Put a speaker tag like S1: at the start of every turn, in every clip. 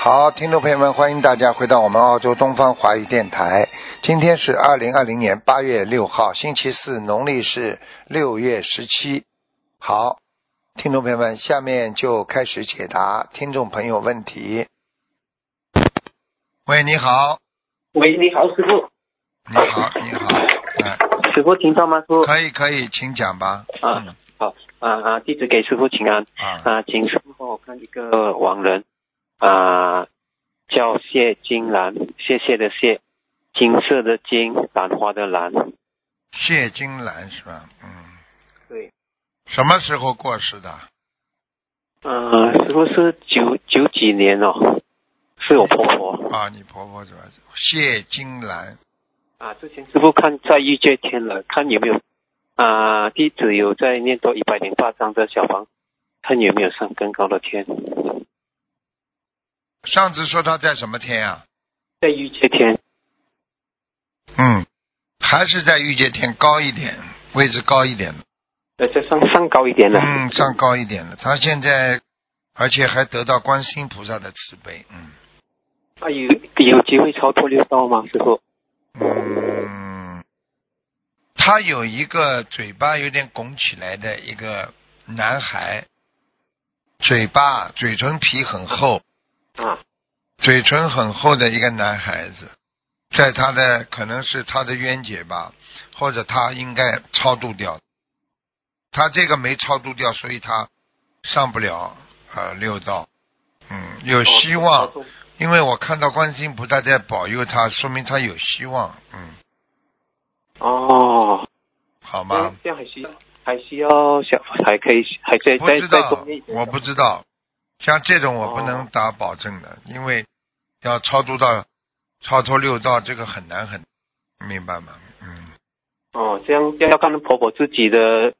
S1: 好，听众朋友们，欢迎大家回到我们澳洲东方华语电台。今天是二零二零年八月六号，星期四，农历是六月十七。好，听众朋友们，下面就开始解答听众朋友问题。喂，你好，
S2: 喂，你好，师傅，
S1: 你好，你好，嗯，
S2: 师傅听到吗？师傅
S1: 可以，可以，请讲吧。
S2: 啊
S1: 嗯
S2: 啊啊！弟子给师傅请安
S1: 啊，
S2: 啊，请师傅帮我看一个亡人啊，叫谢金兰，谢谢的谢，金色的金，兰花的兰，
S1: 谢金兰是吧？嗯，
S2: 对，
S1: 什么时候过世的？
S2: 呃，师傅是九九几年哦，是我婆婆
S1: 啊，你婆婆是吧？谢金兰，
S2: 啊，之前师傅看在遇见天了，看有没有啊，弟子有在念多一百零八章的小房，看有没有上更高的天，
S1: 上次说她在什么天啊？
S2: 在遇见天。
S1: 嗯，还是在御界天高一点，位置高一点的，
S2: 呃，再上上高一点了。
S1: 嗯，上高一点的。她现在，而且还得到观世音菩萨的慈悲，嗯
S2: 啊，有有机会超脱六道吗，师傅？
S1: 嗯，她有一个嘴巴有点拱起来的一个男孩，嘴巴嘴唇皮很厚，
S2: 啊，
S1: 嘴唇很厚的一个男孩子，在他的可能是他的冤结吧，或者他应该超度掉，他这个没超度掉，所以他上不了呃六道，嗯，有希望，因为我看到观世音菩萨在保佑他，说明他有希望，嗯，
S2: 哦，
S1: 好吗？
S2: 那这样还需要还需要小还可以还在
S1: 不
S2: 在
S1: 知
S2: 在
S1: 道
S2: 中立，
S1: 我不知道，像这种我不能
S2: 哦
S1: 打保证的，因为要超度到超脱六道，这个很难很，明白吗？嗯，
S2: 哦，这样这样要看婆婆自己的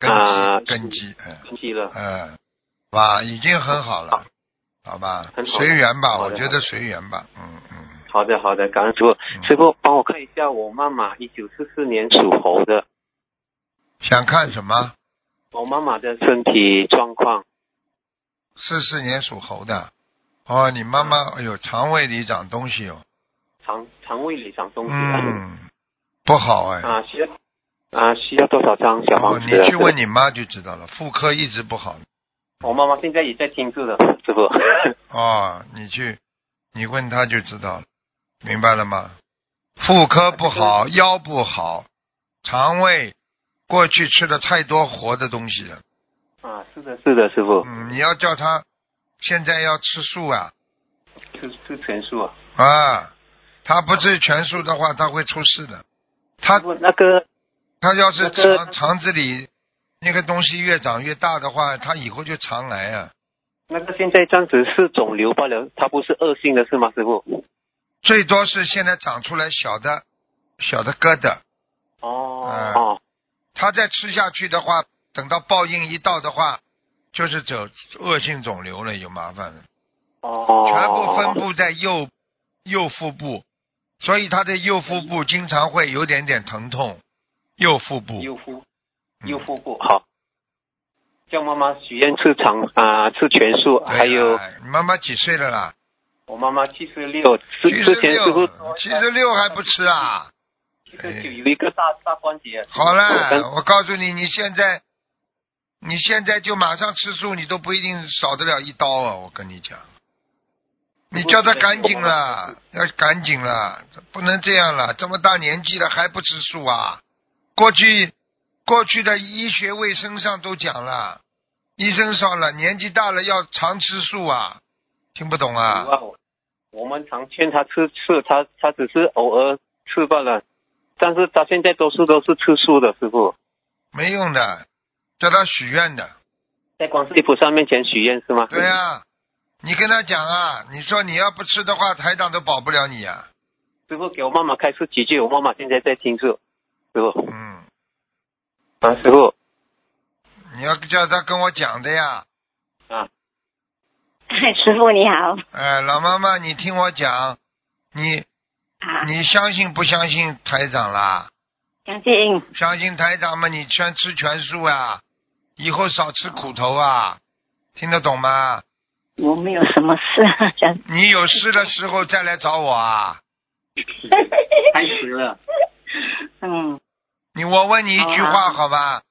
S1: 根
S2: 啊
S1: 基根基，嗯
S2: 成绩了。
S1: 嗯，哇，已经很好了，好吧，
S2: 很好
S1: 随缘吧，
S2: 好
S1: 我
S2: 的
S1: 觉
S2: 好
S1: 得随缘吧，嗯嗯，
S2: 好的好的，感恩师傅。师傅帮我看一下我妈妈，一九四四年属猴的，
S1: 想看什么？
S2: 我妈妈的身体状况。
S1: 四四年属猴的，哦，你妈
S2: 嗯
S1: 妈，哎呦，肠胃里长东西哦，
S2: 肠肠胃里长东西了、
S1: 嗯，不好哎，
S2: 啊，需要啊需要多少张小
S1: 哦，
S2: 房
S1: 你
S2: 子了？啊
S1: 去问你妈就知道了，妇科一直不好。
S2: 我妈妈现在也在听着的，师 傅。
S1: 哦，你去，你问他就知道了，明白了吗？妇科不
S2: 啊
S1: 好，腰不好，肠胃过去吃了太多活的东西了。
S2: 啊，是的，是的，师傅，
S1: 嗯，你要叫他现在要吃素啊
S2: 是是全素啊。
S1: 啊！他不吃全素的话，他会出事的。他
S2: 师傅那个
S1: 他要是
S2: 嗯那个
S1: 肠肠子里那个东西越长越大的话，他以后就肠癌啊。
S2: 那个现在暂时是肿瘤罢了，它不是恶性的是吗，师傅？
S1: 最多是现在长出来小的小的疙瘩，
S2: 哦、
S1: 嗯
S2: 哦，
S1: 他再吃下去的话，等到报应一到的话，就是走恶性肿瘤了，有麻烦了，
S2: 哦，
S1: 全部分布在右右腹部，所以他的右腹部经常会有点点疼痛，右腹部，
S2: 右腹
S1: 嗯
S2: 右腹部好。叫妈妈许愿吃肠啊、吃全素，
S1: 对啊
S2: 还有
S1: 你妈妈几岁了啦？
S2: 我妈妈七十六，哦之
S1: 七十
S2: 之前师傅
S1: 六，七十六还不吃啊？
S2: 七十九有一个大大关节。啊哦
S1: 好
S2: 跟
S1: 了，我告诉你，你现在。你现在就马上吃素，你都不一定少得了一刀啊！我跟你讲，你叫他赶紧了，要赶紧了，不能这样了，这么大年纪了还不吃素啊？过去过去的医学卫生上都讲了，医生说了，年纪大了要常吃素啊，听不懂啊？
S2: 哇哦，我们常劝他吃吃，他他只是偶尔吃罢了，但是他现在多数都是吃素的，师傅。
S1: 没用的，叫他许愿的。
S2: 在观世音菩萨面前许愿是吗？
S1: 对呀、你跟他讲啊，你说你要不吃的话，台长都保不了你啊。
S2: 师傅给我妈妈开示几句，我妈妈现在在听着。师傅
S1: 嗯，
S2: 啊，师傅
S1: 你要叫他跟我讲的呀。
S2: 啊，
S3: 哎， 师傅你好
S1: 哎，老妈妈，你听我讲，你
S3: 啊，
S1: 你相信不相信台长啦？
S3: 相信
S1: 相信台长嘛，你全吃全素啊，以后少吃苦头啊，听得懂吗？
S3: 我没有什么事啊，想
S1: 你有事的时候再来找我啊！
S2: 开始了。
S3: 嗯，
S1: 你我问你一句
S3: 好
S1: 话
S3: 啊
S1: 好吧？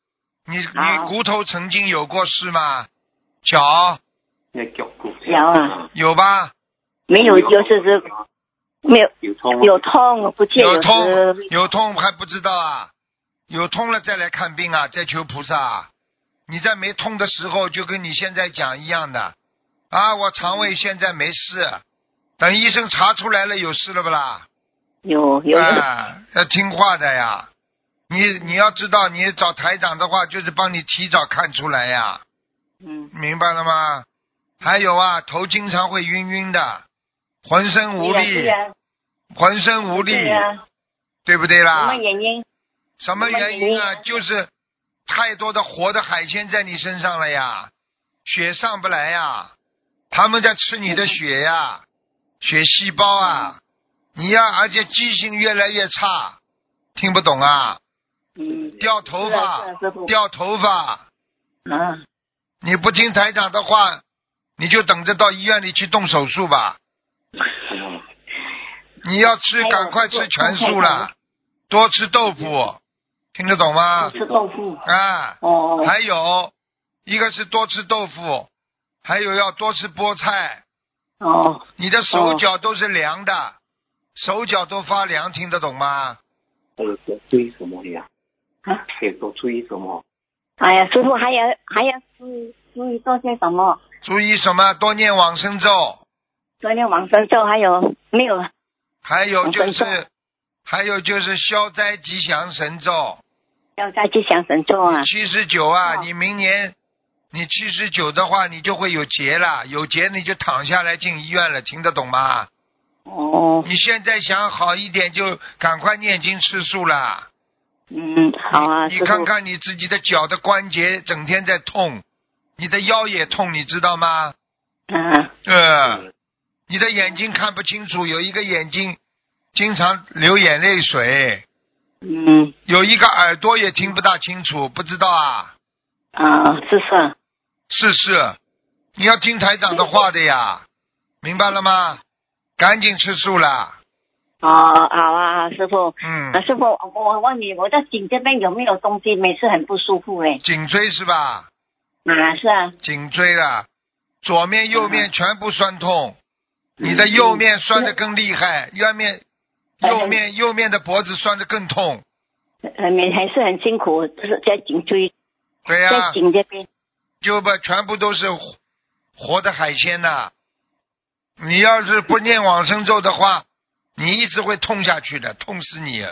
S1: 你
S3: 好
S1: 你骨头曾经有过事吗？脚
S2: 你脚骨
S3: 有啊，
S1: 有吧？
S3: 没有，有时是没有
S2: 有痛吗？
S3: 有痛，不见
S1: 有
S3: 时
S1: 痛有痛还不知道啊？有痛了再来看病啊，再求菩萨啊。你在没痛的时候就跟你现在讲一样的啊，我肠胃现在没事，等医生查出来了有事了不啦？
S3: 有有
S1: 啊，要听话的呀。你你要知道，你找台长的话，就是帮你提早看出来呀，
S3: 嗯，
S1: 明白了吗？还有啊，头经常会晕晕的，浑身无力，
S3: 对啊
S1: 浑身无力，
S3: 对啊，
S1: 对不对
S3: 什
S1: 啦
S3: 么？原因？
S1: 什么原因啊
S3: 什么原因啊？
S1: 就是太多的活的海鲜在你身上了呀，血上不来呀，他们在吃你的血呀，血细胞啊，你呀、而且记性越来越差，听不懂啊？
S3: 嗯，
S1: 掉头
S3: 是啊是
S1: 发
S3: 啊，师傅
S1: 掉头发，
S3: 啊，
S1: 你不听台长的话，你就等着到医院里去动手术 吧。你要吃，
S3: 还有
S1: 赶快
S3: 做
S1: 吃全
S3: 做菜
S1: 素了，多吃豆
S3: 哎
S1: 腐，听得懂吗？
S3: 啊吃豆腐
S1: 啊。
S3: 哦，
S1: 还有一个是多吃豆腐，还有要多吃菠菜。
S3: 哦，
S1: 你的手
S3: 哦
S1: 脚都是凉的，手脚都发凉，听得懂吗？
S2: 还有多注意什么呀？
S3: 啊，
S2: 还有多注意什么？
S3: 哎呀，师傅还要还要注意注意做些什么？
S1: 注意什么？多念往生咒，
S3: 昨天往生咒还有没有？
S1: 还有就
S3: 往生
S1: 是，还有就是消灾吉祥神咒
S3: 要再去想神咒啊？
S1: 七十九啊！
S3: 哦
S1: 你明年你七十九的话，你就会有劫了，有劫你就躺下来进医院了，听得懂吗？
S3: 哦，
S1: 你现在想好一点，就赶快念经吃素啦。
S3: 嗯，好啊，
S1: 你你
S3: 师傅。
S1: 看看你自己的脚的关节整天在痛，你的腰也痛，你知道吗？
S3: 啊，
S1: 呃，你的眼睛看不清楚，有一个眼睛经常流眼泪水，
S3: 嗯，
S1: 有一个耳朵也听不大清楚，不知道啊？
S3: 啊，是是，
S1: 是是，你要听台长的话的呀，明白了吗？赶紧吃素啦，
S3: 哦，好啊，师傅。啊，
S1: 嗯，
S3: 师傅，我我问你，我的颈这边有没有东西？每次很不舒服哎。
S1: 颈椎是吧？
S3: 啊，是啊。
S1: 颈椎啦，左面右
S3: 嗯
S1: 面全部酸痛，你的右
S2: 嗯
S1: 面酸的更厉害，右面
S3: 哎
S1: 右面右面的脖子酸的更痛，
S3: 呃，每还是很辛苦，就是在颈椎，
S1: 对啊呀、
S3: 在颈这边。
S1: 就把全部都是活活的海鲜呐、你要是不念往生咒的话，你一直会痛下去的，痛死你，啊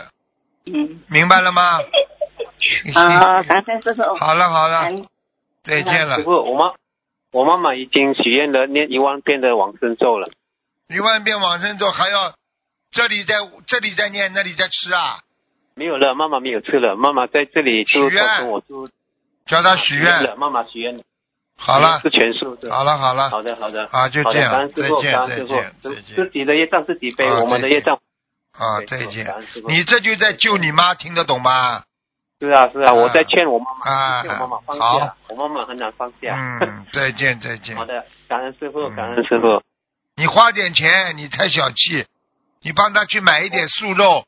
S3: 嗯。
S1: 明白了 吗？
S3: 啊，感谢师傅。
S1: 好了好了，
S3: 嗯
S1: 再见了
S2: 师，傅，我妈，我妈妈已经许愿了，念一万遍的往生咒了。
S1: 一万遍往生咒还要这里在这里在念，那里在吃啊，
S2: 没有了，妈妈没有吃了，妈妈在这里
S1: 许
S2: 就
S1: 愿
S2: 跟我就
S1: 叫他许愿
S2: 了，。妈妈许愿了。
S1: 好了
S2: 是全数的。
S1: 好了好了，
S2: 好的，好的，
S1: 啊就
S2: 好
S1: 这
S2: 的，
S1: 样
S2: 感恩师傅，
S1: 再见
S2: 感恩
S1: 再
S2: 师
S1: 见
S2: 傅，
S1: 再见
S2: 自己的业障自己背，
S1: 啊
S2: 我们
S1: 再
S2: 的
S1: 见
S2: 业障。
S1: 啊，
S2: 对
S1: 再见
S2: 感恩师。傅
S1: 你这就在救你妈，听得懂吗？
S2: 是啊，是啊，我
S1: 啊
S2: 在劝我妈妈，
S1: 啊
S2: 劝我妈妈放
S1: 好
S2: 下，我妈妈很难放下。
S1: 嗯，再见再见
S2: 好。的，感恩师傅，
S1: 嗯
S2: 感恩师傅。
S1: 你花点钱，你太小气，你帮她去买一点素肉，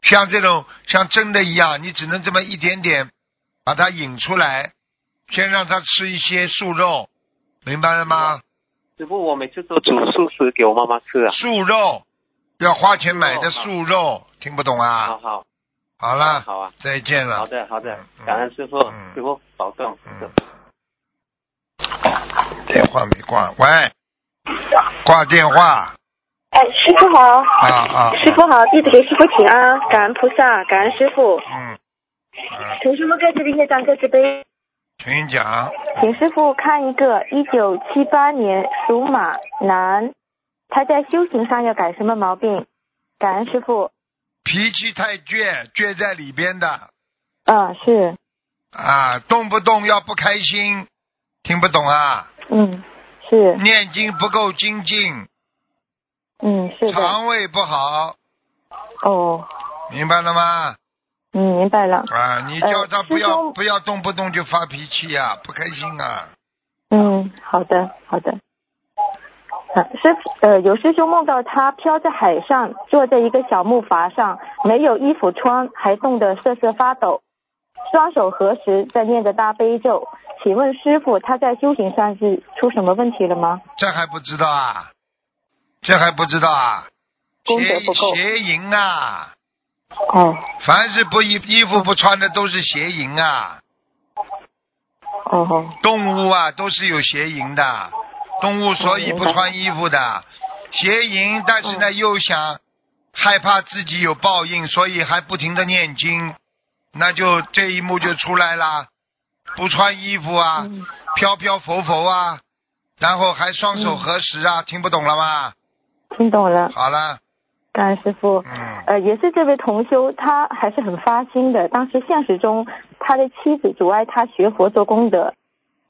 S1: 像这种像真的一样，你只能这么一点点把它引出来，先让她吃一些素肉，明白了吗？
S2: 师傅，我每次都煮素食给我妈妈吃啊。
S1: 素肉要花钱买的素肉，听不懂
S2: 好
S1: 啊？
S2: 好，
S1: 好了，
S2: 好啊，
S1: 再见
S2: 好
S1: 了。
S2: 的，好的
S1: 嗯，嗯
S2: 感恩师傅
S1: 嗯，
S2: 师傅保重。
S1: 嗯，电话没挂，喂，挂电话
S4: 哎，师傅好，
S1: 啊啊！
S4: 师傅好，弟子给师傅请安，啊感恩菩萨，感恩师傅，
S1: 嗯，嗯
S4: 请师傅各自的业障各自背，
S1: 请讲。
S4: 请师傅看一个一九七八年属马男，他在修行上要改什么毛病？感恩师傅，
S1: 脾气太倔，倔在里边的
S4: 嗯，是，
S1: 啊，动不动要不开心，听不懂啊？
S4: 嗯，是，
S1: 念经不够精进，
S4: 嗯，是的，
S1: 肠胃不好，
S4: 哦，
S1: 明白了吗？
S4: 嗯，明白了，
S1: 啊，你叫他
S4: 呃
S1: 不
S4: 师
S1: 要
S4: 兄
S1: 不要动不动就发脾气啊，不开心啊。
S4: 嗯，好的，好的，呃师父呃，有师兄梦到他飘在海上，坐在一个小木筏上，没有衣服穿，还冻得瑟瑟发抖，双手合十，在念着大悲咒。请问师傅，他在修行上是出什么问题了吗？
S1: 这还不知道啊？这还不知道啊？
S4: 功德
S1: 邪
S4: 不够
S1: 邪淫啊！
S4: 哦
S1: 凡是不衣衣服不穿的都是邪淫啊！
S4: 哦哦
S1: 动物啊都是有邪淫的，动物所以不穿衣服的，邪淫，但是
S4: 嗯
S1: 呢又想害怕自己有报应，所以还不停的念经，那就这一幕就出来啦，不穿衣服啊，
S4: 嗯
S1: 飘飘浮浮啊，然后还双
S4: 嗯
S1: 手合十啊，听不懂了吗？
S4: 听懂了，
S1: 好了，
S4: 感恩师傅。
S1: 嗯，
S4: 呃，也是这位同修，他还是很发心的。当时现实中，他的妻子阻碍他学佛做功德。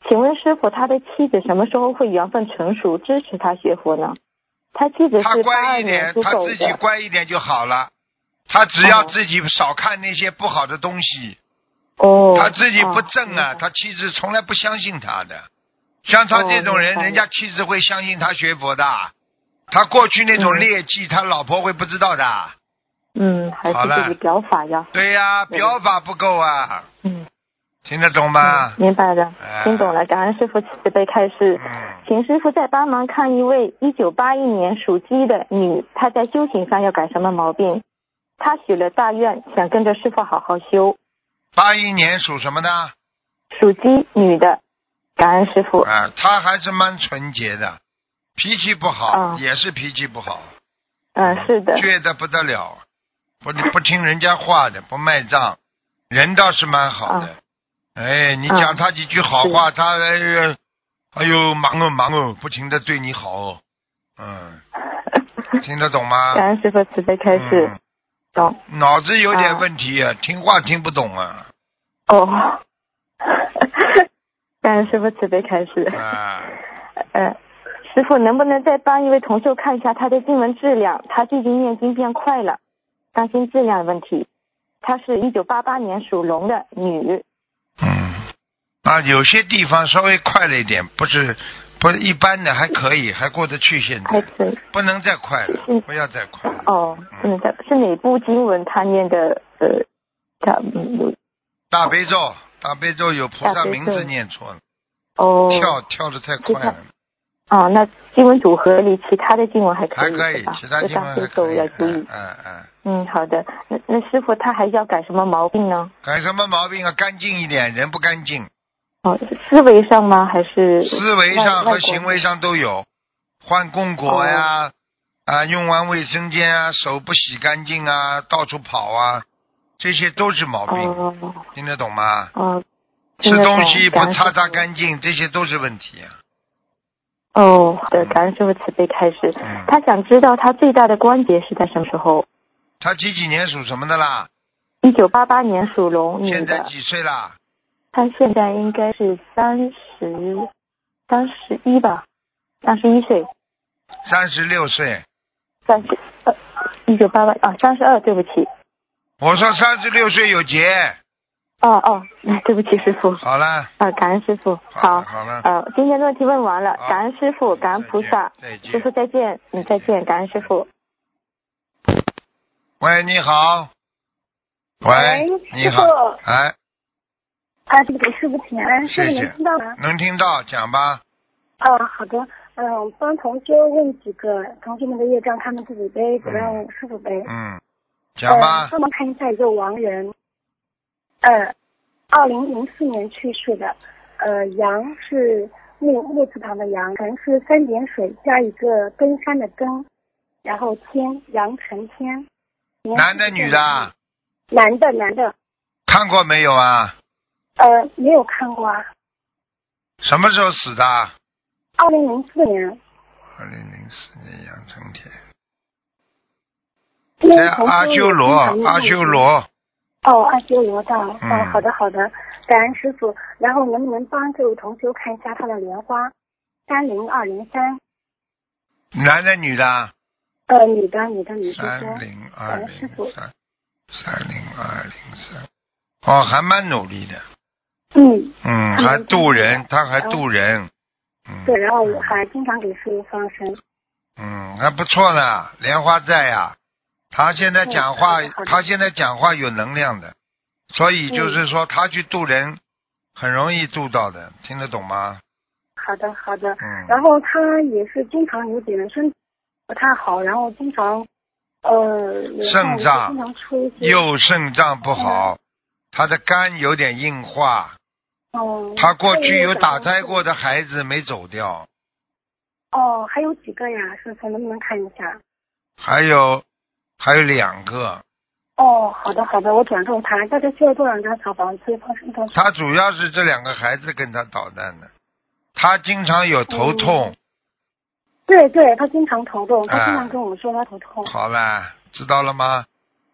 S4: 请问师傅，他的妻子什么时候会缘分成熟，支持他学佛呢？他妻子
S1: 他
S4: 是八
S1: 乖
S4: 二
S1: 一
S4: 年
S1: 点，
S4: 属
S1: 他
S4: 狗
S1: 自己
S4: 的，
S1: 乖一点就好了，他只要
S4: 哦
S1: 自己少看那些不好的东西。
S4: 哦，
S1: 他自己不正啊
S4: 哦，
S1: 他妻子从来不相信他的。像他这种人，
S4: 哦明白了
S1: 人家妻子会相信他学佛的。他过去那种
S4: 嗯
S1: 劣迹，他老婆会不知道的。
S4: 嗯，还
S1: 好
S4: 是
S1: 了
S4: 自己表法呀，
S1: 对呀、
S4: 对
S1: 表法不够啊，
S4: 嗯，
S1: 听得懂吗
S4: 嗯？明白了
S1: 哎，
S4: 听懂了，感恩师傅慈悲开示。
S1: 嗯，
S4: 请师傅再帮忙看一位一九八一年属鸡的女，她在修行上要改什么毛病？她许了大愿，想跟着师傅好好修。
S1: 八一年属什么的？
S4: 属鸡女的，感恩师傅。
S1: 啊，他还是蛮纯洁的，脾气不好，
S4: 嗯
S1: 也是脾气不好，
S4: 嗯、是的，
S1: 倔得不得了，啊不不听人家话的，不卖账，人倒是蛮好
S4: 啊
S1: 的。哎，你讲
S4: 嗯
S1: 他几句好话，他哎呦，哎呦忙哦忙哦，不停的对你好哦，嗯，听得懂吗？
S4: 感恩师傅慈悲开示。
S1: 嗯
S4: 懂
S1: 脑子有点问题啊，听话听不懂 啊，
S4: 哦， 感恩师傅慈悲开示。
S1: 啊，
S4: 呃，师傅能不能再帮一位同修看一下他的经文质量？他最近念经变快了，担心质量问题。她是一九八八年属龙的女。
S1: 嗯，啊，有些地方稍微快了一点，不是不是一般的，还可以，还过得去。现
S4: 开
S1: 在
S4: 始
S1: 不能再快了，
S4: 嗯
S1: 不要再快了。
S4: 哦，嗯，他是哪部经文他念的？呃，他嗯有
S1: 大悲咒，大悲咒有菩萨
S4: 大悲咒
S1: 名字念错了，
S4: 哦
S1: 跳跳的太快了，
S4: 哦，那经文组合里其他的经文还可
S1: 还
S4: 以
S1: 可
S4: 是
S1: 以
S4: 吧，
S1: 其他
S4: 就
S1: 地
S4: 大
S1: 方
S4: 悲
S1: 还
S4: 咒
S1: 可以。
S4: 要注
S1: 嗯
S4: 意。
S1: 嗯嗯，
S4: 嗯，好的。那那师傅他还要改什么毛病呢？
S1: 改什么毛病啊？干净一点，人不干净，
S4: 哦，思维上吗？还是
S1: 思维上
S4: 外哦
S1: 和行为？上都有，换供果呀，啊，用完卫生间啊，手不洗干净啊，到处跑啊，这些都是毛
S4: 外国
S1: 病，
S4: 哦
S1: 听得懂吗？
S4: 哦，
S1: 吃
S4: 听得
S1: 东
S4: 懂
S1: 西不
S4: 感恩
S1: 擦
S4: 师
S1: 擦
S4: 父
S1: 干净，这些都是问题啊。
S4: 哦，好的，感恩师傅慈悲开始。
S1: 嗯
S4: 他想知道他最大的关节是在什么时候？
S1: 他几几年属什么的啦？
S4: 一九八八年属龙女
S1: 现在
S4: 的，
S1: 几岁啦？
S4: 她现在应该是三十，三十一吧，三十一岁，
S1: 三十六岁。
S4: 三十呃，一九八八啊，三十二，对不起，
S1: 我说三十六岁有劫。
S4: 哦哦，对不起师傅，
S1: 好了，
S4: 啊，感恩师傅，
S1: 好
S4: 好
S1: 了，，好了，
S4: 呃，今天的问题问完了，
S1: 好
S4: 感恩师傅，感恩菩萨，
S1: 再见。再
S4: 师傅
S1: 见
S4: 再见，嗯，再见，感恩师傅。
S1: 喂，你好。喂，你
S5: 师
S1: 好。
S5: 傅
S1: 哎，
S5: 啊，这个给师傅请安，师
S1: 谢谢
S5: 傅能听到吗？
S1: 能听到，讲吧。
S5: 啊，好的，嗯，帮同修问几个同修们的业障，他们自己背，不让师傅背。
S1: 嗯，
S5: 呃
S1: 讲吧。
S5: 帮忙看一下一个亡人，呃，二零零四年去世的，呃，杨是木木字旁的杨，陈是三点水加一个登山的登，然后天杨成天。年
S1: 男的女的啊？
S5: 男的男的，
S1: 看过没有啊？
S5: 呃，没有看过啊。
S1: 什么时候死的啊？
S5: 二零零四年，
S1: 二零零四年杨成天。
S5: 因为
S1: 在
S5: 同修
S1: 哎阿
S5: 也
S1: 修罗，
S5: 经常
S1: 阿
S5: 念
S1: 修
S5: 经
S1: 罗。
S5: 哦，阿修罗道。
S1: 嗯
S5: 哦，好的好的，感恩师傅。然后能不能帮这位同修看一下他的莲花？三零二零三，
S1: 男的女的啊？
S5: 呃，女的女的嗯女师
S1: 三
S5: 兄。
S1: 零二
S5: 师
S1: 零
S5: 傅
S1: 三，三零二零三。哦，还蛮努力的，
S5: 嗯，
S1: 嗯，
S5: 他
S1: 还
S5: 蛮
S1: 渡
S5: 努力的
S1: 人，他还
S5: 然后
S1: 渡人，嗯，
S5: 对，然后我还经常给师傅放生。
S1: 嗯，还不错呢，莲花在呀、他现在讲话
S3: 嗯好的好，的
S1: 他现在讲话有能量的，所以就是说他去渡人，很容易渡到的，听得懂吗？
S5: 好的，好的。然
S1: 嗯，
S5: 后他也是经常有点身体不太好，然后经常呃有时候
S1: 肾脏
S5: 经常出一些
S1: 右肾脏不好，他的肝有点硬化，
S5: 嗯，
S1: 他过去有打
S5: 胎
S1: 胎过的孩子没走掉，
S5: 哦，还有几个呀？师傅能不能看一下？
S1: 还有还有两个，
S5: 哦，好的好的，我转送他。大概需要多少张小房子放生多少？
S1: 他主要是这两个孩子跟他捣蛋的，他经常有头痛，
S5: 对对，他经常头痛，他
S1: 哎
S5: 经常跟我们说他头痛。
S1: 好啦，知道了吗？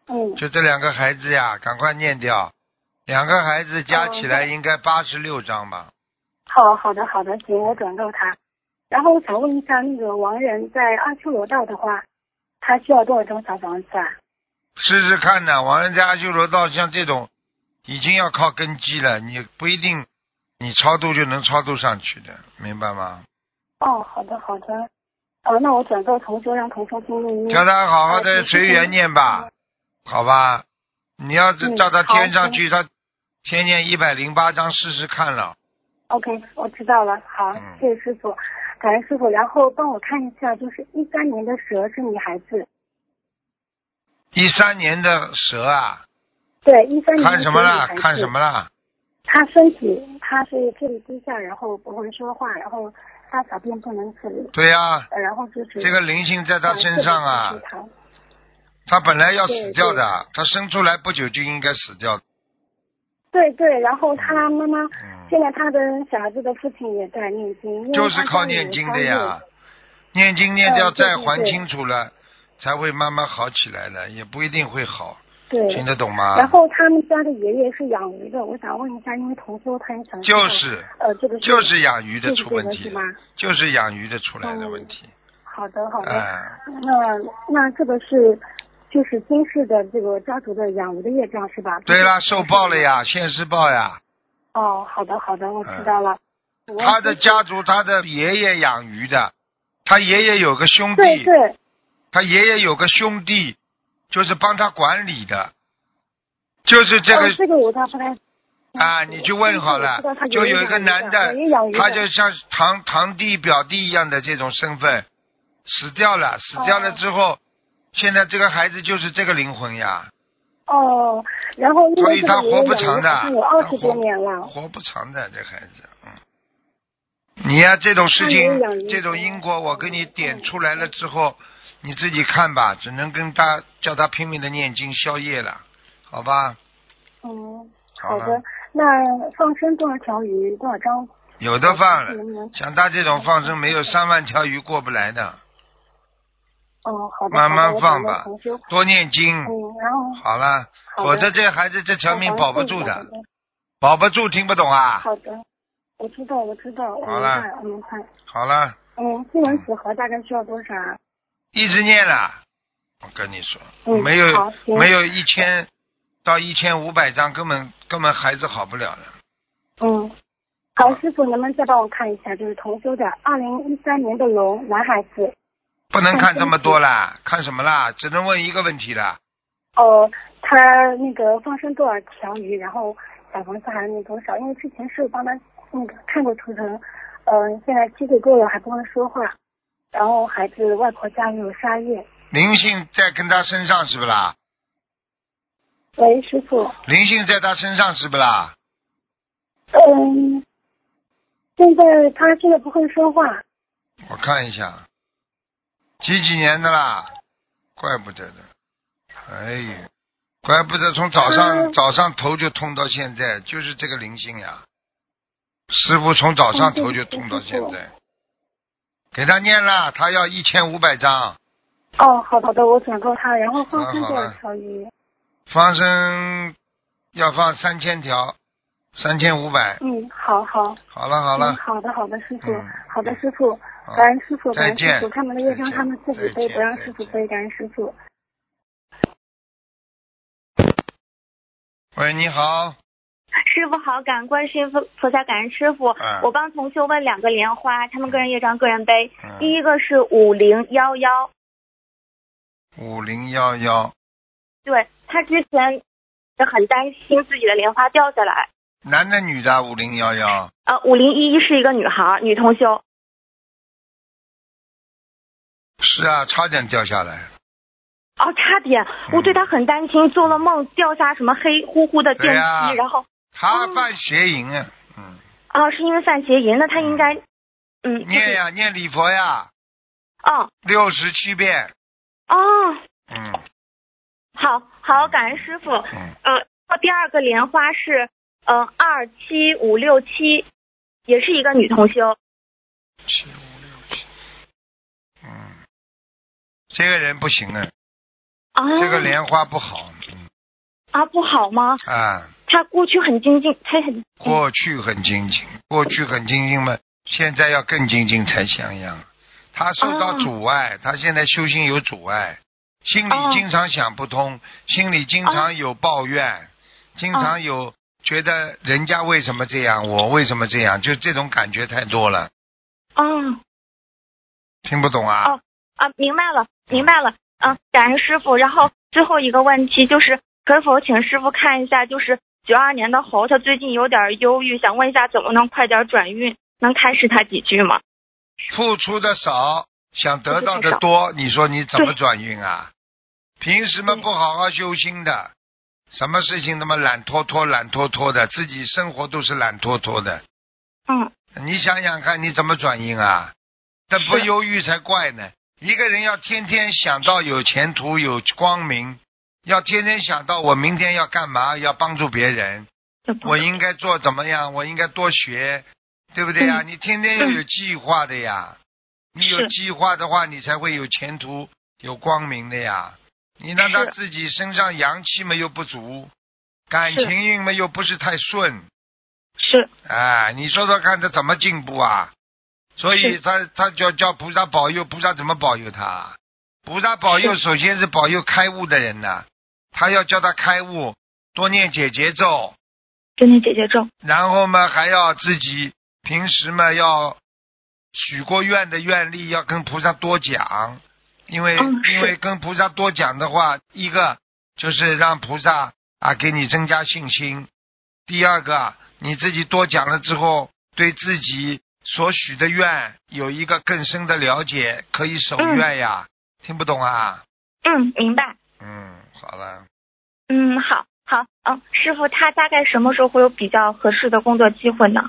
S5: 嗯，
S1: 就这两个孩子呀，赶快念掉，两个孩子加起来
S5: 嗯
S1: 应该八十六张吧。
S5: 好好的好的，行，我转告他。然后我想问一下，那个王人在阿修罗道的话，他需要多少张小房子啊？
S1: 试试看呐、王人在阿修罗道，像这种已经要靠根基了，你不一定你超度就能超度上去的，明白吗？
S5: 哦，好的好的。哦，那我转告同修，让同修听录音。
S1: 叫他好好的
S5: 嗯
S1: 随缘念吧，好吧？你要是
S5: 嗯
S1: 叫他
S5: 好
S1: 添上
S5: 嗯
S1: 去，他先念一百零八章试试看了。
S5: OK，我知道了。好
S1: 嗯，
S5: 谢谢师傅，感恩师傅。然后帮我看一下，就是一三年的蛇是女孩子，
S1: 一三年的蛇啊，
S5: 对，一三年的蛇
S1: 看什么
S5: 女
S1: 啦
S5: 孩？子
S1: 看什？么啦？
S5: 她身体，她是智力低下，然后不会说话，然后大小便不能自理，
S1: 对呀、
S5: 呃然后就是
S1: 这个灵性在他身上啊
S5: 反，复地去
S1: 他本来要死
S5: 对
S1: 掉的，他生出来不久就应该死掉的。
S5: 对对，然后她妈妈
S1: 嗯，
S5: 现在她的小孩子的父亲也在念经，因为
S1: 就是
S5: 她
S1: 靠
S5: 家里
S1: 念
S5: 有
S1: 经
S5: 商
S1: 的
S5: 业
S1: 呀，念经念掉
S5: 嗯对
S1: 债
S5: 对
S1: 还
S5: 对
S1: 清楚了，才会慢慢好起来的，也不一定会好，
S5: 对，
S1: 听得啊懂吗？
S5: 然后他们家的爷爷是养鱼的，我想问一下，因为同修他也想知
S1: 就
S5: 道
S1: 是
S5: 呃，这个
S1: 就是养鱼的
S5: 是
S1: 出
S5: 这
S1: 问
S5: 个
S1: 题
S5: 是，吗？
S1: 就是养鱼的出来的问题。
S5: 好的好的，
S1: 哎，
S5: 那那这个是就是今世的这个家族的养鱼的业障是吧？
S1: 对啦，受报了。呀，现世报呀。
S5: 哦，好的好的，我知道了。我
S1: 嗯他的家族，他的爷爷养鱼的，他爷爷有个兄弟，
S5: 对对
S1: 他爷爷有个兄弟，就是帮他管理的，就是这个
S5: 哦、这个我倒不太
S1: 啊，你去问好了
S5: 我知道他，爷爷
S1: 就有一个男的
S5: 养鱼的爷爷养鱼，的
S1: 他就像堂堂弟表弟一样的这种身份，死掉了，死掉
S5: 哦
S1: 了之后，现在这个孩子就是这个灵魂呀，
S5: 哦，然后因
S1: 所
S5: 为
S1: 以
S5: 这
S1: 他
S5: 个
S1: 活
S5: 爷
S1: 不
S5: 爷养
S1: 长
S5: 鱼
S1: 的，
S5: 好像有
S1: 他
S5: 二十
S1: 活
S5: 多年了。
S1: 活不长的这孩子，嗯，你呀、这种事
S5: 他
S1: 情
S5: 没养嗯鱼，
S1: 这种因果，我给你点出来了之后，你自己看吧，只能跟他叫他拼命的念经消业了，好吧？
S5: 嗯，
S1: 好
S5: 好
S1: 了
S5: 的，，那放生多少条鱼，多少张？
S1: 有的放了。
S5: 能不能
S1: 像他这种放生，没有三万条鱼过不来的，
S5: 哦，好的，
S1: 慢慢
S5: 好的
S1: 放吧
S5: 我准备重修
S1: 多念经。
S5: 嗯，然后
S1: 好了，
S5: 好的
S1: 否则这孩子这条命保不住
S5: 好
S1: 的，保不住，听不懂啊？
S5: 好的，我知道，我知道，我
S1: 好
S5: 明
S1: 了
S5: 白，我明白。
S1: 好了，
S5: 嗯，心文组合大概需要多少啊？
S1: 一直念了。我跟你说，
S5: 嗯
S1: 没
S5: 好
S1: 有
S5: 行
S1: 没有一千到一千五百张，根本根本孩子好不了了。
S5: 嗯，好，师傅能不能再帮我看一下，就是同修的二零一三年的龙男孩子，
S1: 不能
S5: 看
S1: 看这么
S5: 身体
S1: 多
S5: 嗯
S1: 啦，看什么啦？只能问一个问题啦。
S5: 哦，他那个放生多少条鱼，然后小房子还有那多少？因为之前是帮他那个看过图腾，嗯、现在机会够了还不会说话，然后孩子外婆家里有沙叶。
S1: 灵性在跟他身上是不啦？
S5: 喂，师傅。
S1: 灵性在他身上是不啦？
S5: 嗯，现在他现在不会说话。
S1: 我看一下，几几年的啦？怪不得的，哎呦，怪不得从早上
S5: 嗯
S1: 早上头就痛到现在，就是这个灵性呀。师傅从早上头就痛到现在，给他念了，他要一千五百张，
S5: 哦，好的好的，我转告他，然后放生多少条鱼？
S1: 放生要放三千条，三千五百。
S5: 嗯，好好。
S1: 好了好了
S5: 嗯，好的好的，师傅
S1: 嗯，
S5: 好的师傅，
S1: 好
S5: 感恩师傅，感
S1: 再
S5: 恩师
S1: 见
S5: 傅，他们的业障
S1: 再见
S5: 他们自己
S1: 再
S5: 背，
S1: 见
S5: 不让师
S1: 再
S5: 傅
S1: 见
S5: 背，感恩师傅。
S1: 喂，你好，
S6: 师傅好，感恩观世音菩萨，感恩师傅。
S1: 嗯
S6: 我帮同修问两个莲花，他们个人业障，个人背。
S1: 嗯
S6: 第一个是五零幺幺，
S1: 五零幺幺，
S6: 对他之前很担心自己的莲花掉下来。
S1: 男的女的？五零幺幺，
S6: 呃，五零一一是一个女孩，女同修。
S1: 是啊，差点掉下来。
S6: 哦，差点，我对她很担心，做了梦掉下什么黑乎乎的
S1: 嗯
S6: 电
S1: 对
S6: 梯，
S1: 呀
S6: 然后
S1: 他犯邪淫啊，嗯，
S6: 哦，是因为犯邪淫，那她应该嗯，就
S1: 念
S6: 是
S1: 呀念礼佛呀，
S6: 哦
S1: 六十七遍，
S6: 哦，
S1: 嗯
S6: 好好，感恩师傅。
S1: 嗯，
S6: 呃，第二个莲花是嗯二七五六七，也是一个女同哦修。
S1: 七五六七，嗯，这个人不行啊，
S6: 啊，
S1: 这个莲花不好，嗯
S6: 啊不好吗？
S1: 啊，
S6: 她过去很精进，她很
S1: 过去很精进，过去很精进嘛，现在要更精进才像样。他受到
S6: 哦
S1: 阻碍，他现在修行有阻碍，心里
S6: 哦
S1: 经常想不通，心里经常有抱怨，
S6: 哦
S1: 经常有觉得人家为什么这样，我为什么这样，就这种感觉太多了，
S6: 啊
S1: 听不懂啊？
S6: 哦啊，明白了，明白了。嗯，感恩师傅。然后最后一个问题就是，可否请师傅看一下，就是九二年的猴，他最近有点忧郁，想问一下怎么能快点转运，能开示他几句吗？
S1: 付出的少，想得到
S6: 付出
S1: 的
S6: 的少
S1: 多，你说你怎么
S6: 对
S1: 转运啊？凭什么
S6: 对
S1: 不好好修心的？什么事情他妈懒拖拖、懒拖拖的，自己生活都是懒拖拖的。
S6: 嗯，
S1: 你想想看，你怎么转运啊？这不
S6: 是
S1: 忧郁才怪呢！一个人要天天想到有前途、有光明，要天天想到我明天要干嘛，要帮助别人，我应该做怎么样，我应该多学，对不对呀、你天天要有计划的呀，你有
S6: 嗯是
S1: 计划的话，你才会有前途、有光明的呀。你让他
S6: 是
S1: 自己身上阳气嘛又不足，感
S6: 是
S1: 情运嘛又不是太顺，
S6: 是
S1: 哎，你说说看，他怎么进步啊？所以
S6: 是
S1: 他他叫叫菩萨保佑，菩萨怎么保佑他？菩萨保佑首先是保佑开悟的人呐、他要叫他开悟，多念解结咒，
S6: 就那姐姐咒。
S1: 然后嘛还要自己平时嘛要许过愿的愿力要跟菩萨多讲，因为、
S6: 嗯是
S1: 因为跟菩萨多讲的话，一个就是让菩萨啊给你增加信心，第二个你自己多讲了之后，对自己所许的愿有一个更深的了解，可以守
S6: 嗯
S1: 愿呀。听不懂啊？
S6: 嗯，明白。
S1: 嗯，好了。
S6: 嗯，好好，嗯，师傅，他大概什么时候会有比较合适的工作机会呢？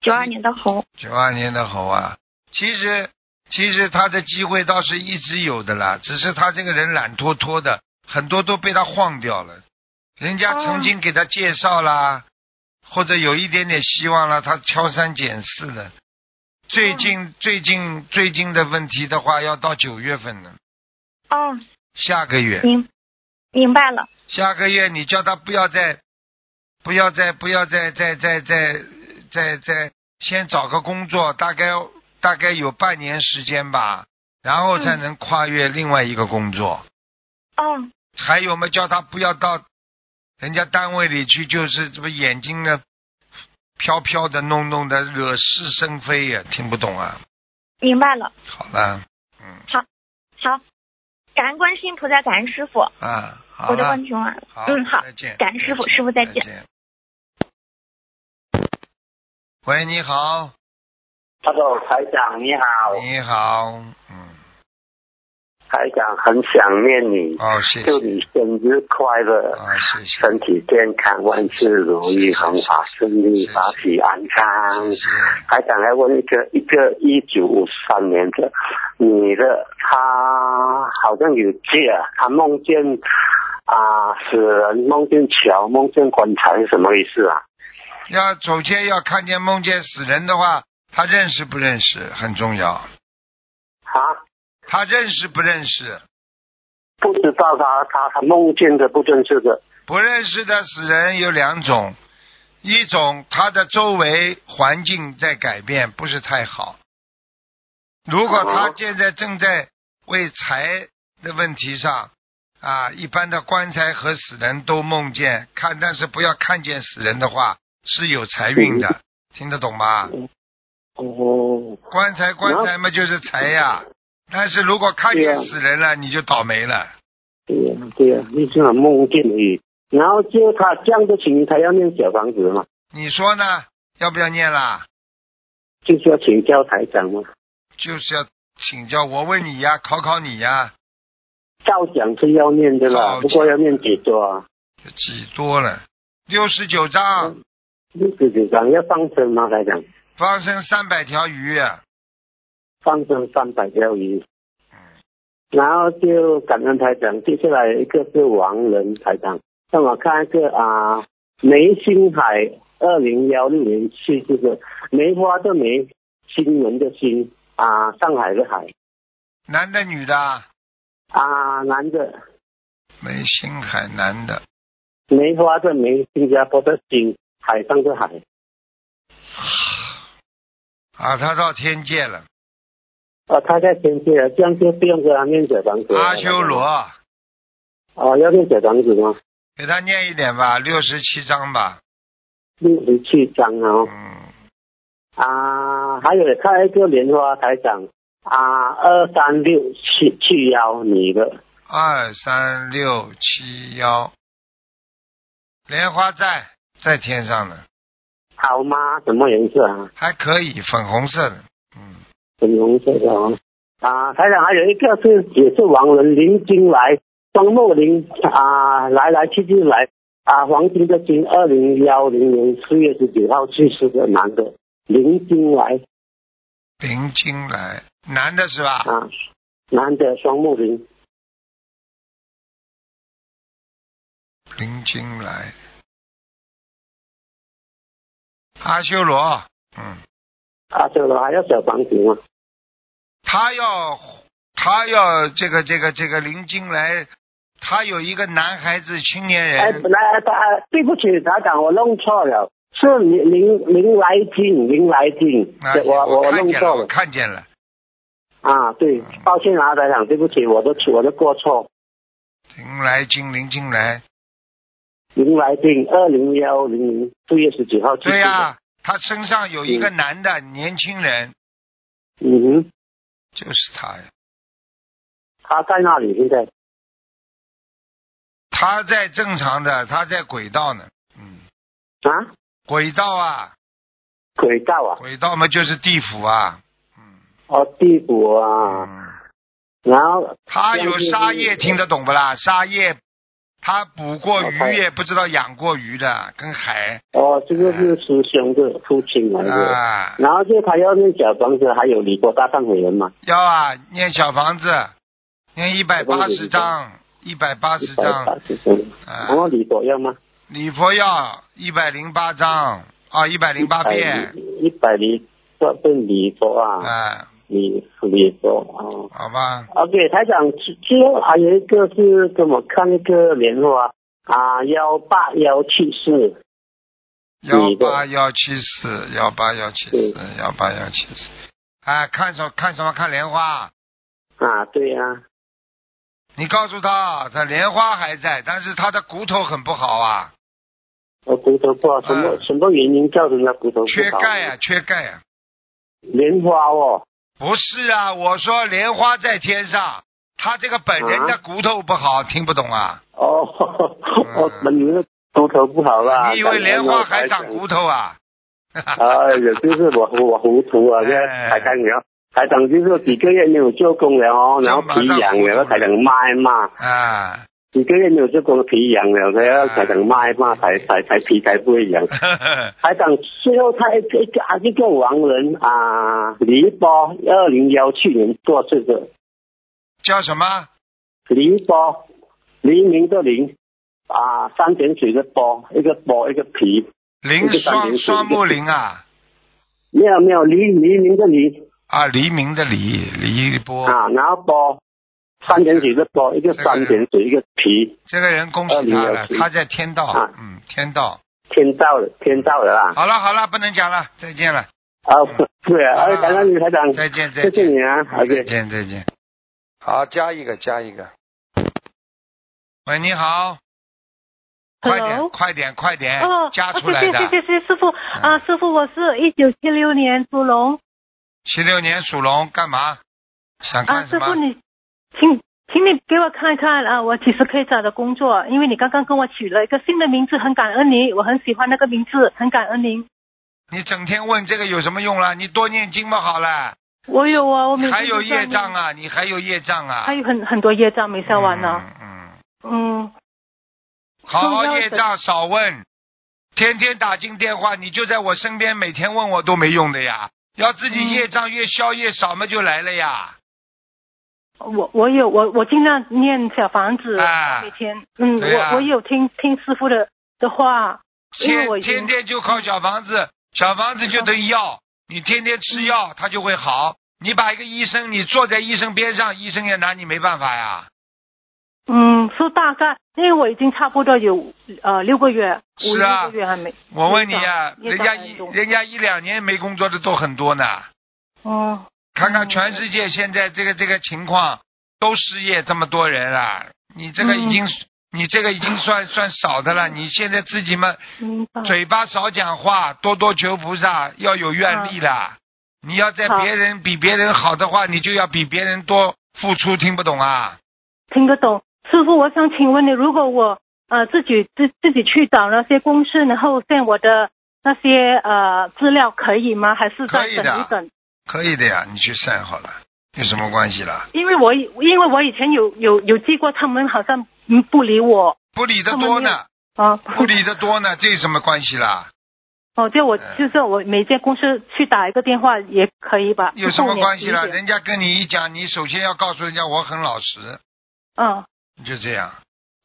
S6: 九二年的猴，
S1: 九二年的猴啊，其实其实他的机会倒是一直有的啦，只是他这个人懒拖拖的，很多都被他晃掉了。人家
S6: 哦
S1: 曾经给他介绍啦，或者有一点点希望啦，他挑三拣四的。最近、最近最近的问题的话，要到九月份了，
S6: 哦，
S1: 下个月
S6: 明明白了，
S1: 下个月你叫他不要再不要再不要再再再再再再先找个工作，大概大概有半年时间吧，然后才能跨越另外一个工作。
S6: 哦，
S1: 还有嘛，叫他不要到人家单位里去，就是这么眼睛呢飘飘的、弄弄的，惹是生非呀、听不懂啊。
S6: 明白了，
S1: 好了，嗯
S6: 好，感恩观世音菩萨，感恩师傅，
S1: 啊，好
S6: 我的
S1: 了
S6: 问，题问完了。
S1: 好，
S6: 嗯，好，
S1: 再见，
S6: 感恩师傅师傅再见
S1: 喂，你好。
S7: 他说：“台长你好，
S1: 你好，嗯，
S7: 台长很想念你，
S1: 哦，谢
S7: 祝
S1: 谢，
S7: 你生日快乐，
S1: 啊，谢谢，
S7: 身体健康，万事如意，弘法顺利，法体安康。
S1: 谢谢，
S7: 台长来问一个，一个一九五三年的女的，她好像有借，她梦见啊死人，梦见桥，梦见棺材，什么意思啊？
S1: 要首先要看见梦见死人的话，他认识不认识很重要，
S7: 啊，
S1: 他认识不认识，
S7: 不知道她她她梦见的不正确的
S1: 不认识的死人有两种，一种他的周围环境在改变，不是太好。如果他现在正在为财的问题上啊，一般的棺材和死人都梦见看，但是不要看见死人的话，是有财运的，听得懂吗？
S7: 哦，
S1: 棺材棺材嘛就是财呀、但是如果看见死人了，你就倒霉了。
S7: 对呀、对呀、一直很梦见你。然后就他这样的情形，他要念小房子嘛，
S1: 你说呢？要不要念啦？
S7: 就是要请教台长嘛。
S1: 就是要请教我问你呀，考考你呀，
S7: 照讲是要念的啦，
S1: 哦
S7: 不过要念几多啊？
S1: 几多了？六十九
S7: 嗯
S1: 章，
S7: 六十九章要放生吗？台长，
S1: 放生三百条鱼，
S7: 放生三百条鱼。然后就感恩台长，接下来一个是王仁台长，那我看一个啊，梅星海二零幺六年去这个梅花的梅，新闻的新啊，上海的海
S1: 男的女的啊？
S7: 啊，男的
S1: 没心海男的，
S7: 梅花的梅，新加坡的新，海上的海
S1: 啊，他到天界了，
S7: 啊，他在天界啊，这样就不用跟他念小房子了
S1: 阿修罗，
S7: 哦，要念小房子吗？
S1: 给他念一点吧，六十七章吧，
S7: 六十七章啊、哦。
S1: 嗯，
S7: 啊，还有看一个莲花台长啊，二三六七七幺你的
S1: 二三六七幺，莲花在在天上呢，
S7: 好吗？什么颜色啊？
S1: 还可以，粉红色的，嗯，
S7: 粉红色的哦。啊，台长还有一个是也是王仁林金来庄梦林啊，来来去去来啊，黄金的金，二零幺零年四月十九号去世的男的林金来
S1: 林金来，男的是吧？
S7: 啊，男的双木林
S1: 林金来，阿修罗，嗯，
S7: 啊，这个还要小房子吗？
S1: 他要他要这个这个这个林金来，他有一个男孩子青年
S7: 哎，
S1: 人，
S7: 来，他对不起，台长，我弄错了，是林林林来金，林来金，
S1: 啊
S7: 对我
S1: 我看
S7: 弄
S1: 见
S7: 错
S1: 我
S7: 了
S1: 看见了，
S7: 啊，对，抱歉啊，台长，对不起，我的我的过错，
S1: 林来金林金来，
S7: 林来金，二零幺零零四月十九号去世的
S1: 对呀、他身上有一个男的年轻人，
S7: 嗯哼，
S1: 就是他呀，
S7: 他在那里现在
S1: 他在正常的，他在轨道呢，嗯，
S7: 啊，
S1: 轨道啊，
S7: 轨道啊，
S1: 轨道嘛就是地府啊，
S7: 哦，地府啊，
S1: 嗯。
S7: 然后
S1: 他有沙业，听得懂不啦？沙业，他捕过鱼，也不知道养过鱼的，跟海
S7: 哦，这个是师兄的父亲来的，
S1: 啊，
S7: 然后就他要念小房子，还有李国大忏悔人嘛，
S1: 要啊，念小房子，念一百八十章，一百八十章，
S7: 180张然
S1: 啊，
S7: 后李国要吗？
S1: 礼佛要一百零八章，啊，一百零八遍，
S7: 一百零八遍礼佛啊，
S1: 啊，
S7: 礼礼佛哦。
S1: 好吧，
S7: OK，台长，之之后还有一个是给我看一个莲花啊，幺八幺七四，
S1: 幺
S7: 礼佛
S1: 八幺七四，幺八幺七四，幺八幺七四，啊，看什看什么看莲花？
S7: 啊，对呀、
S1: 你告诉他，他莲花还在，但是他的骨头很不好啊，
S7: 我骨头不好，什么、
S1: 嗯
S7: 什么原因造成他骨头不好？
S1: 缺钙啊，，缺钙啊。
S7: 莲花哦，
S1: 不是啊，我说莲花在天上，他这个本人的
S7: 啊
S1: 骨头不好，听不懂啊？
S7: 哦， 我本人骨头不好啦，
S1: 你以为莲花还长
S7: 头？
S1: 骨头 啊？
S7: 啊，也就是我我糊涂啊，
S1: 哎
S7: 现在台长了，台长就是几个月没有做工了哦，
S1: 就
S7: 然后
S1: 马上
S7: 皮痒
S1: 糊涂
S7: 了，
S1: 了
S7: 台长骂一骂，
S1: 啊，
S7: 几个月没有做工皮痒了，
S1: 哎
S7: 然后台长骂一骂，才才才皮才不会痒。台长最后他一个一个啊一个亡人啊，黎波，二零幺七年过世的
S1: 叫什么？
S7: 黎波，黎明的黎啊，三点水的波，一个波一个皮，
S1: 林
S7: 这个当
S1: 双
S7: 年是
S1: 双木林啊，
S7: 没有没有黎黎明的黎。
S1: 啊，黎明的黎，黎波，
S7: 啊，然后包三点水的啊包，一个三点水，一个皮，
S1: 这个人恭喜他了，
S7: 2017
S1: 他在天道
S7: 啊，
S1: 嗯，天道。
S7: 天道的天道的啦。
S1: 好了好了，不能讲了，再见了，
S7: 啊，对啊，哎，感恩你台长，
S1: 再见再
S7: 谢
S1: 见
S7: 谢。你啊
S1: 再
S7: ，OK。
S1: 见再见。好，加一个加一个。喂，你好，快点
S8: Hello，
S1: 快点快点
S8: 哦，，
S1: 哎加
S8: 哦
S1: 出来
S8: 谢谢
S1: 的。嗯
S8: 谢谢师傅啊，师傅，我是一九七六年属龙
S1: 七六年属龙，干嘛？想
S8: 啊，
S1: 看什
S8: 师傅
S1: 么？
S8: 你，请请你给我看一看啊，我几时可以找到工作？因为你刚刚跟我取了一个新的名字，很感恩你，我很喜欢那个名字，很感恩您。
S1: 你整天问这个有什么用啦？你多念经嘛好了。
S8: 我有啊，我每天
S1: 还有
S8: 都在
S1: 业障
S8: 念，
S1: 啊，你还有业障啊。
S8: 还有很很多业障没消完呢。
S1: 嗯嗯，
S8: 嗯，
S1: 好好
S8: 重要的
S1: 业障少问，天天打进电话，你就在我身边，每天问我都没用的呀。要自己
S8: 嗯
S1: 业障越消越少嘛，就来了呀。
S8: 我我有我我尽量念小房子，
S1: 啊
S8: 每天嗯，
S1: 对啊
S8: 我我有听听师傅的的话，因为
S1: 天
S8: 我已经
S1: 天天就靠小房子，小房子就等于药，你天天吃
S8: 嗯
S1: 药，它就会好。你把一个医生，你坐在医生边上，医生也拿你没办法呀。
S8: 嗯，是大概，因为我已经差不多有呃六个月，五
S1: 是啊
S8: 六个月还没。
S1: 我问你呀、
S8: 业
S1: 人
S8: 障
S1: 家
S8: 业
S1: 一
S8: 障很重
S1: 人家一两年没工作的都很多呢。
S8: 哦，
S1: 看看
S8: 嗯
S1: 全世界现在这个这个情况，都失业这么多人啊，你这个已
S8: 嗯
S1: 经、你这个已经算算少的了。你现在自己嘛，
S8: 明白。
S1: 嘴巴少讲话，多多求菩萨，要有愿力啦。你要在
S8: 好
S1: 别人比别人好的话，你就要比别人多付出，听不懂啊？
S8: 听得懂。师傅，我想请问你，如果我呃自己自自己去找那些公式，然后现我的那些呃资料可以吗？还是
S1: 可
S8: 再
S1: 以的
S8: 等一等？
S1: 可以的呀，你去散好了，有什么关系啦？
S8: 因为我以因为我以前有有有记过，他们好像嗯不理我
S1: 不理得多呢，
S8: 啊。
S1: 不理得多呢，这有什么关系啦？
S8: 哦，就我
S1: 嗯
S8: 就是我每间公司去打一个电话也可以吧？
S1: 有什么关系啦？
S8: 后年
S1: 人家跟你一讲，你首先要告诉人家我很老实。
S8: 嗯，
S1: 就这样。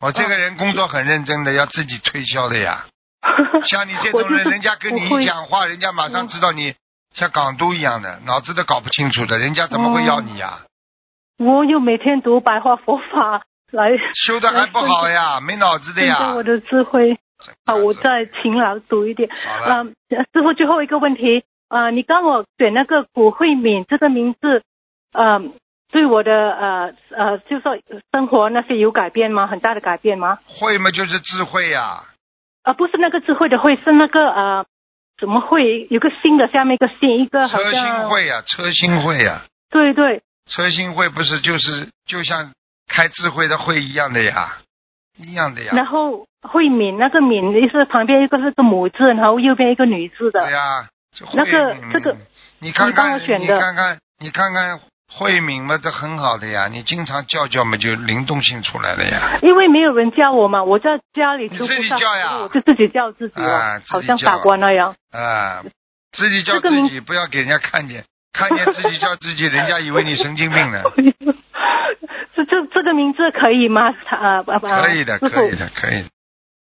S1: 我这个人工作很认真的，要自己推销的呀。 像你这
S8: 我
S1: 种
S8: 就是
S1: 人，人家跟你
S8: 不会
S1: 一讲话，人家马上知道你像港都一样的，脑子都搞不清楚的，人家怎么会要你
S8: 哦
S1: 呀？
S8: 我有每天读白话佛法来
S1: 修的还不好呀，没脑子的
S8: 增
S1: 呀
S8: 加我。的智慧。好，我
S1: 这
S8: 再勤劳读一点。
S1: 好了，
S8: 嗯、师傅，最后一个问题，呃，你刚我选那个古慧敏这个名字，嗯、对我的呃呃，就是说生活那些有改变吗？很大的改变吗？
S1: 慧嘛就是智慧呀，
S8: 啊、不是那个智慧的慧，是那个呃，怎么会有个新的下面一个心，一个好
S1: 车
S8: 像
S1: 心慧呀，车心慧呀，
S8: 对对，
S1: 车心慧不是就是就像开智慧的慧一样的呀，一样的呀。
S8: 然后慧敏那个敏就是旁边一个是个母字，然后右边一个女字的
S1: 对，呀、这慧
S8: 那个
S1: 敏
S8: 这个，
S1: 你看
S8: 你帮
S1: 看，
S8: 我
S1: 你
S8: 选的
S1: 看看，你看看慧敏嘛，这很好的呀。你经常叫叫嘛，就灵动性出来了呀。
S8: 因为没有人教我嘛，我在家里
S1: 你
S8: 读不
S1: 自己
S8: 上
S1: 教呀
S8: 所以我就自己教自己哦，
S1: 啊自己
S8: 好像
S1: 教
S8: 法官那样。
S1: 啊，自己叫
S8: 这个
S1: 自
S8: 名
S1: 己，不要给人家看见，看见自己叫自己，人家以为你神经病 呢。
S8: 这这这个名字可以吗？啊啊啊！
S1: 可以的，
S8: 师傅
S1: 可以。的，可以的，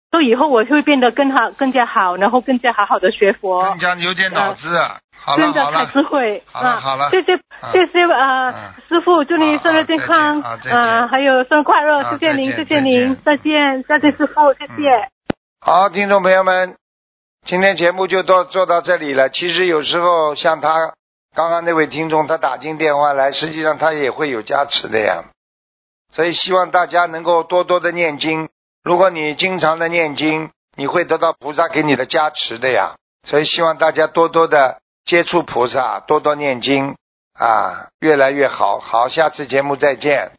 S8: 所以以后我会变得更好、更加好，然后更加好好的学佛
S1: 更，加有点脑子啊。好了
S8: 更
S1: 好
S8: 呃加开
S1: 了，
S8: 智慧。
S1: 好了
S8: 啊
S1: 好了
S8: 谢谢
S1: 啊
S8: 谢谢呃
S1: 啊，
S8: 师傅，祝你
S1: 啊
S8: 生
S1: 啊
S8: 日健
S1: 再
S8: 康
S1: 见啊再见
S8: 啊，还有生日快乐，
S1: 啊
S8: 谢谢您，
S1: 再
S8: 谢
S1: 见
S8: 谢您，
S1: 再
S8: 再见，再见，师傅，谢谢。
S1: 嗯好，听众朋友们，今天节目就到做到这里了。其实有时候像他刚刚那位听众，他打进电话来，实际上他也会有加持的呀。所以希望大家能够多多的念经。如果你经常的念经，你会得到菩萨给你的加持的呀。所以希望大家多多的接触菩萨，多多念经啊，越来越好。好，下次节目再见。